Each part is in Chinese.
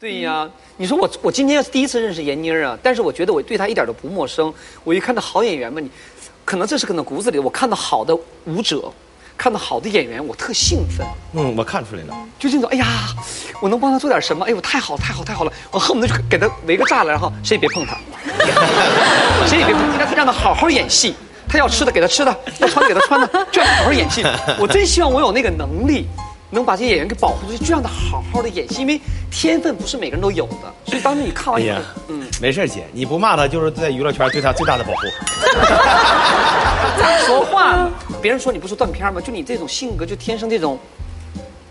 对呀、你说我我今天要是第一次认识闫妮儿啊，但是我觉得我对她一点都不陌生。我一看到好演员嘛，你可能这是可能骨子里的，我看到好的舞者，看到好的演员，我特兴奋，嗯，我看出来了。就这种哎呀，我能帮他做点什么？哎呦，太好太好太好了！我恨不得就给他围个栅栏，然后谁也别碰他， 谁也别碰他，让他让他好好演戏。他要吃的给他吃的，要穿的给他穿的， 就让他好好演戏。我真希望我有那个能力，能把这些演员给保护住，就让他好好的演戏，因为天分不是每个人都有的。所以当时你看哎完以后呀，，嗯，没事儿，姐，你不骂他，就是在娱乐圈对他最大的保护。咋说话呢？别人说你不是断片儿吗？就你这种性格，就天生这种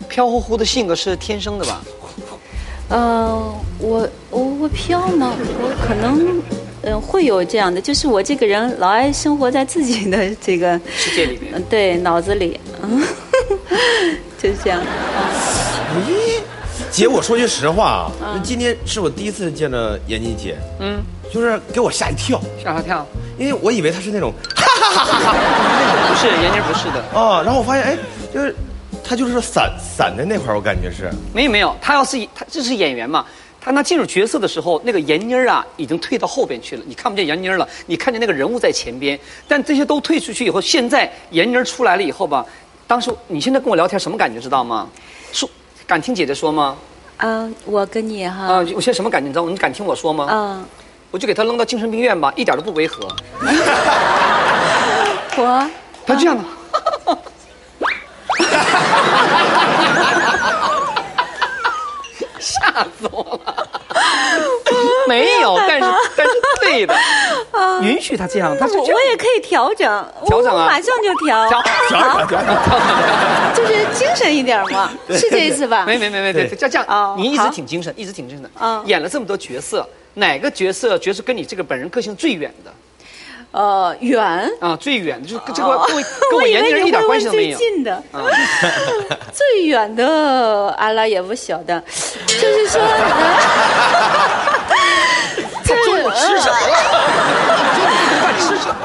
飘忽忽的性格是天生的吧？呃，我我我飘吗？我可能，嗯、会有这样的，就是我这个人老爱生活在自己的这个，世界里面嗯，对，脑子里， 嗯，就是这样。咦，姐，我说句实话啊，今天是我第一次见着闫妮姐，嗯，就是给我吓一跳，吓他跳？因为我以为她是那种不是，闫妮儿不是的。啊，然后我发现哎，就是她就是散散的那块儿，我感觉是没有没有，他要是他这是演员嘛，他那进入角色的时候，那个闫妮儿啊已经退到后边去了，你看不见闫妮儿了，你看见那个人物在前边。但这些都退出去以后，现在闫妮儿出来了以后吧，当时你现在跟我聊天什么感觉知道吗？说敢听姐姐说吗？嗯、我跟你哈，啊、我现在什么感觉你知道吗？你敢听我说吗？嗯、我就给他扔到精神病院吧，一点都不违和。我他这样 的，吓死我了！没有，但是但是对的，允许他这样，他是啊我这样我也可以调整，我调整啊我马上就调，调啊 就是精神一点嘛， 是这意思吧？没没没没对，对这这样哦，你一直好挺精神，一直挺精神的嗯。演了这么多角色，哪个角色角色跟你这个本人个性最远的呃，远。啊？最远的就是这个哦跟 我跟我以闫妮为人你一点会关问系都没有最。近的，啊 最远的阿拉也不晓 得，就是说，他中午吃什么啊了？中午这顿饭吃什么？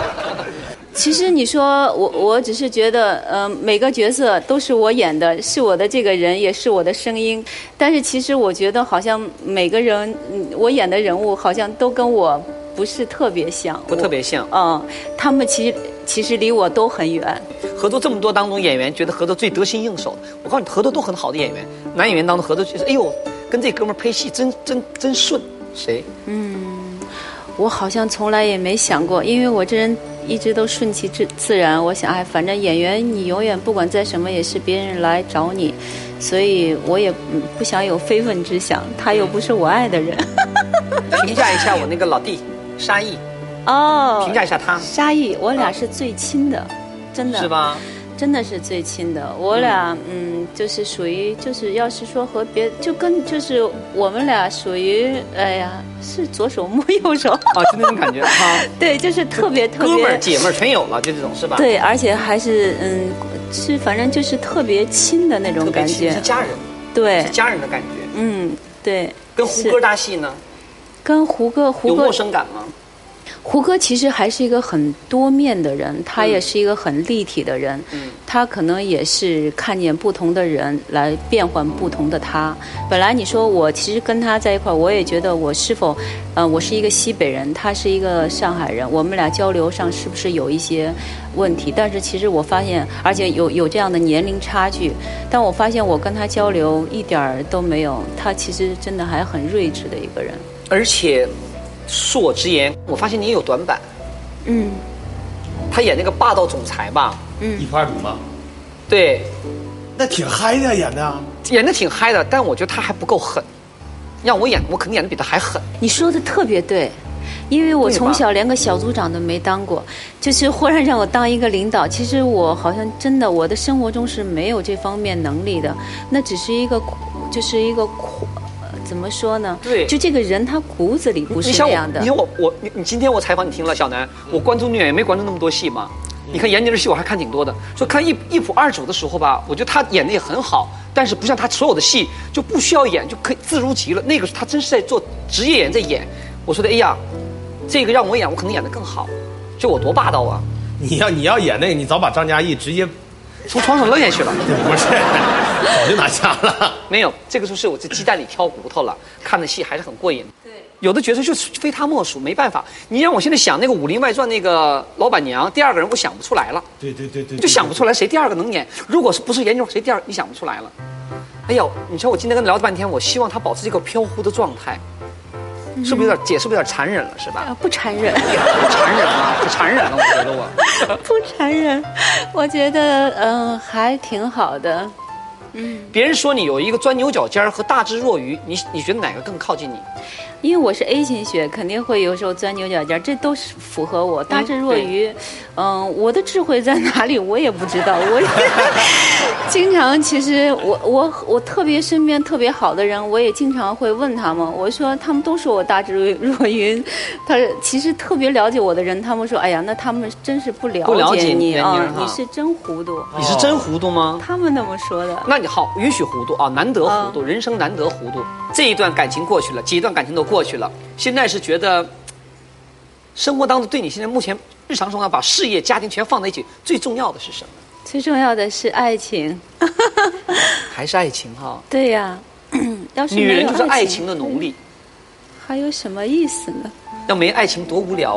其实你说我，我只是觉得，呃，每个角色都是我演的，是我的这个人，也是我的声音。但是其实我觉得，好像每个人，嗯我演的人物好像都跟我不是特别像，不我特别像嗯，他们其实其实离我都很远。合作这么多当中，演员觉得合作最得心应手的。我告诉你，合作都很好的演员，男演员当中合作就是，哎呦，跟这哥们儿配戏真真真顺。谁？我好像从来也没想过，因为我这人一直都顺其自自然。我想，哎，反正演员你永远不管在什么，也是别人来找你，所以我也嗯不想有非分之想。他又不是我爱的人。 评价一下我那个老弟沙溢，哦，评价一下他，沙溢，我俩是最亲的，真的是？吧？真的是最亲的，我俩嗯就是属于就是要是说和别就跟就是我们俩属于哎呀是左手摸右手，啊，就那种感觉啊，对，就是特别 特别哥们儿姐们儿全有了，就这种是吧？，对，而且还是嗯，是反正就是特别亲的那种特别感亲是觉，家人，对是，家人的感觉。嗯，对。跟胡是歌搭戏呢，跟胡歌，有胡歌陌，生感吗？胡歌其实还是一个很多面的人，他也是一个很立体的人，嗯他可能也是看见不同的人来变换不同的他。本来你说我其实跟他在一块儿，我也觉得我是否，呃，我是一个西北人，他是一个上海人，我们俩交流上是不是有一些问题？但是其实我发现，而且有有这样的年龄差距，但我发现我跟他交流一点儿都没有，他其实真的还很睿智的一个人。而且，恕我直言，我发现你也有短板。嗯，他演那个霸道总裁吧，一拍五嘛，对，那挺嗨的演的。演的挺嗨的，但我觉得他还不够狠。让我演，我肯定演的比他还狠。你说的特别对，因为我对吧从小连个小组长都没当过，就是忽然让我当一个领导，其实我好像真的我的生活中是没有这方面能力的，那只是一个，就是一个苦。呃怎么说呢？对就这个人他骨子里不是你这像样我，的嗯你。像我，我你你今天我采访你听了，小南，我关注女演员没关注那么多戏嘛？你看闫妮的戏我还看挺多的，说看一一仆二主的时候吧，我觉得她演的也很好，但是不像她所有的戏就不需要演就可以自如极了。那个是她真是在做职业演员在演。我说的，哎呀，这个让我演，我可能演的更好，就我多霸道啊，你要你要演那个，你早把张嘉译直接从床上扔下去了。不是， 早就拿下了。没有，这个就是我在鸡蛋里挑骨头了，看的戏还是很过瘾。对，有的角色就是非他莫属，没办法。你让我现在想那个《武林外传》那个老板娘，第二个人我想不出来了，对对对对就想不出来谁第二个能演。如果是不是严正，谁第二你想不出来了。哎呦，你说我今天跟他聊了半天，我希望他保持这个飘忽的状态，是不是有点姐是不是有点残忍了，是吧？ 啊，不缠人。残忍啊，可残忍了，我觉得我。不缠人， 我觉得嗯、呃还挺好的。别人说你有一个钻牛角尖儿和大智若愚，你你觉得哪个更靠近你？因为我是 A 型血，肯定会有时候钻牛角尖儿，这都是符合我大智若愚。嗯、我的智慧在哪里，我也不知道。我也 经常，其实我我我特别身边特别好的人，我也经常会问他们，我说他们都说我大智若愚，他其实特别了解我的人，他们说，哎呀，那他们真是不了不了解解你你啊、原因哈你是真糊涂。你是真糊涂吗？他们那么说的。那你好，允许糊涂啊，难得糊嗯涂，人生难得糊涂。这一段感情过去了，几段感情都过去了，现在是觉得嗯生活当中对你现在目前日常生活把事业、家庭全放在一起，最重要的是什么？最重要的是爱情。还是爱情哈、对呀、 要是女没人有就是爱爱情的奴隶，还有什么意思呢？要没爱情多无聊啊。